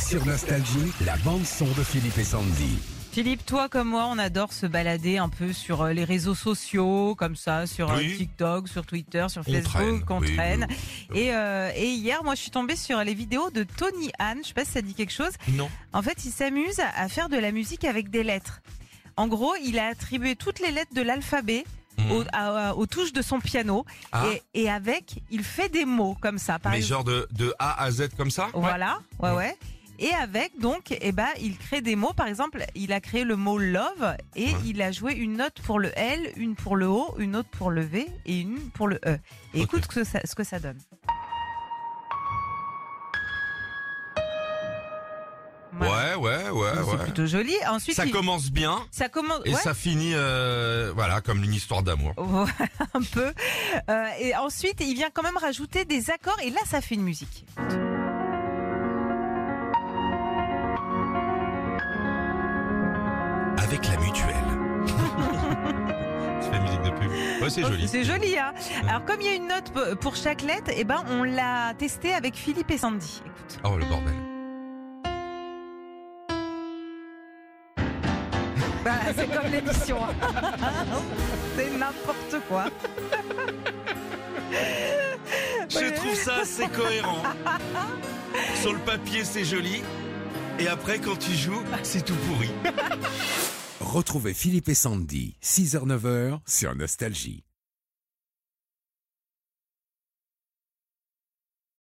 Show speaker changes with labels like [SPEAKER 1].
[SPEAKER 1] Sur Nostalgie, la bande-son de Philippe et Sandy.
[SPEAKER 2] Philippe, toi comme moi, on adore se balader un peu sur euh, les réseaux sociaux, comme ça, sur euh,
[SPEAKER 3] Oui.
[SPEAKER 2] TikTok, sur Twitter, sur
[SPEAKER 3] On
[SPEAKER 2] Facebook,
[SPEAKER 3] traîne,
[SPEAKER 2] qu'on
[SPEAKER 3] oui,
[SPEAKER 2] traîne.
[SPEAKER 3] oui,
[SPEAKER 2] Et, euh, et hier, moi, je suis tombée sur les vidéos de Tony Han. Je sais pas si ça dit quelque chose.
[SPEAKER 3] Non.
[SPEAKER 2] En fait, il s'amuse à- à faire de la musique avec des lettres. En gros, il a attribué toutes les lettres de l'alphabet aux, à- aux touches de son piano.
[SPEAKER 3] Mhm. Ah.
[SPEAKER 2] Et, et avec, il fait des mots comme ça. Par
[SPEAKER 3] Mais
[SPEAKER 2] exemple,
[SPEAKER 3] genre de, de A à Z comme ça
[SPEAKER 2] Voilà, ouais,
[SPEAKER 3] Ouais.
[SPEAKER 2] ouais. Et avec, donc, eh ben, il crée des mots. Par exemple, il a créé le mot love et
[SPEAKER 3] Ouais.
[SPEAKER 2] il a joué une note pour le L, une pour le O, une autre pour le V et une pour le E. Et
[SPEAKER 3] Ok.
[SPEAKER 2] écoute ce que, ça, ce que ça donne. Voilà.
[SPEAKER 3] Ouais, ouais, ouais,
[SPEAKER 2] Donc, C'est
[SPEAKER 3] ouais.
[SPEAKER 2] plutôt joli. Ensuite,
[SPEAKER 3] Ça
[SPEAKER 2] il-
[SPEAKER 3] commence bien
[SPEAKER 2] ça commence.
[SPEAKER 3] et
[SPEAKER 2] ouais.
[SPEAKER 3] ça finit, euh, voilà, comme une histoire d'amour.
[SPEAKER 2] Voilà, un peu. Euh, et ensuite, il vient quand même rajouter des accords et là, ça fait une musique.
[SPEAKER 1] Avec la mutuelle.
[SPEAKER 3] C'est la musique de pub. Ouais, c'est
[SPEAKER 2] Oh,
[SPEAKER 3] joli.
[SPEAKER 2] C'est joli, hein
[SPEAKER 3] Ouais.
[SPEAKER 2] Alors, comme il y a une note p- pour chaque lettre, eh ben, on l'a testé avec Philippe et Sandy. Écoute.
[SPEAKER 3] Oh, le bordel.
[SPEAKER 2] Voilà, Bah, c'est comme l'émission. hein. c'est n'importe quoi.
[SPEAKER 3] Je trouve ça assez cohérent. Sur le papier, c'est joli. Et après, quand tu joues, c'est tout pourri.
[SPEAKER 1] Retrouvez Philippe et Sandy, 6h-9h, sur Nostalgie.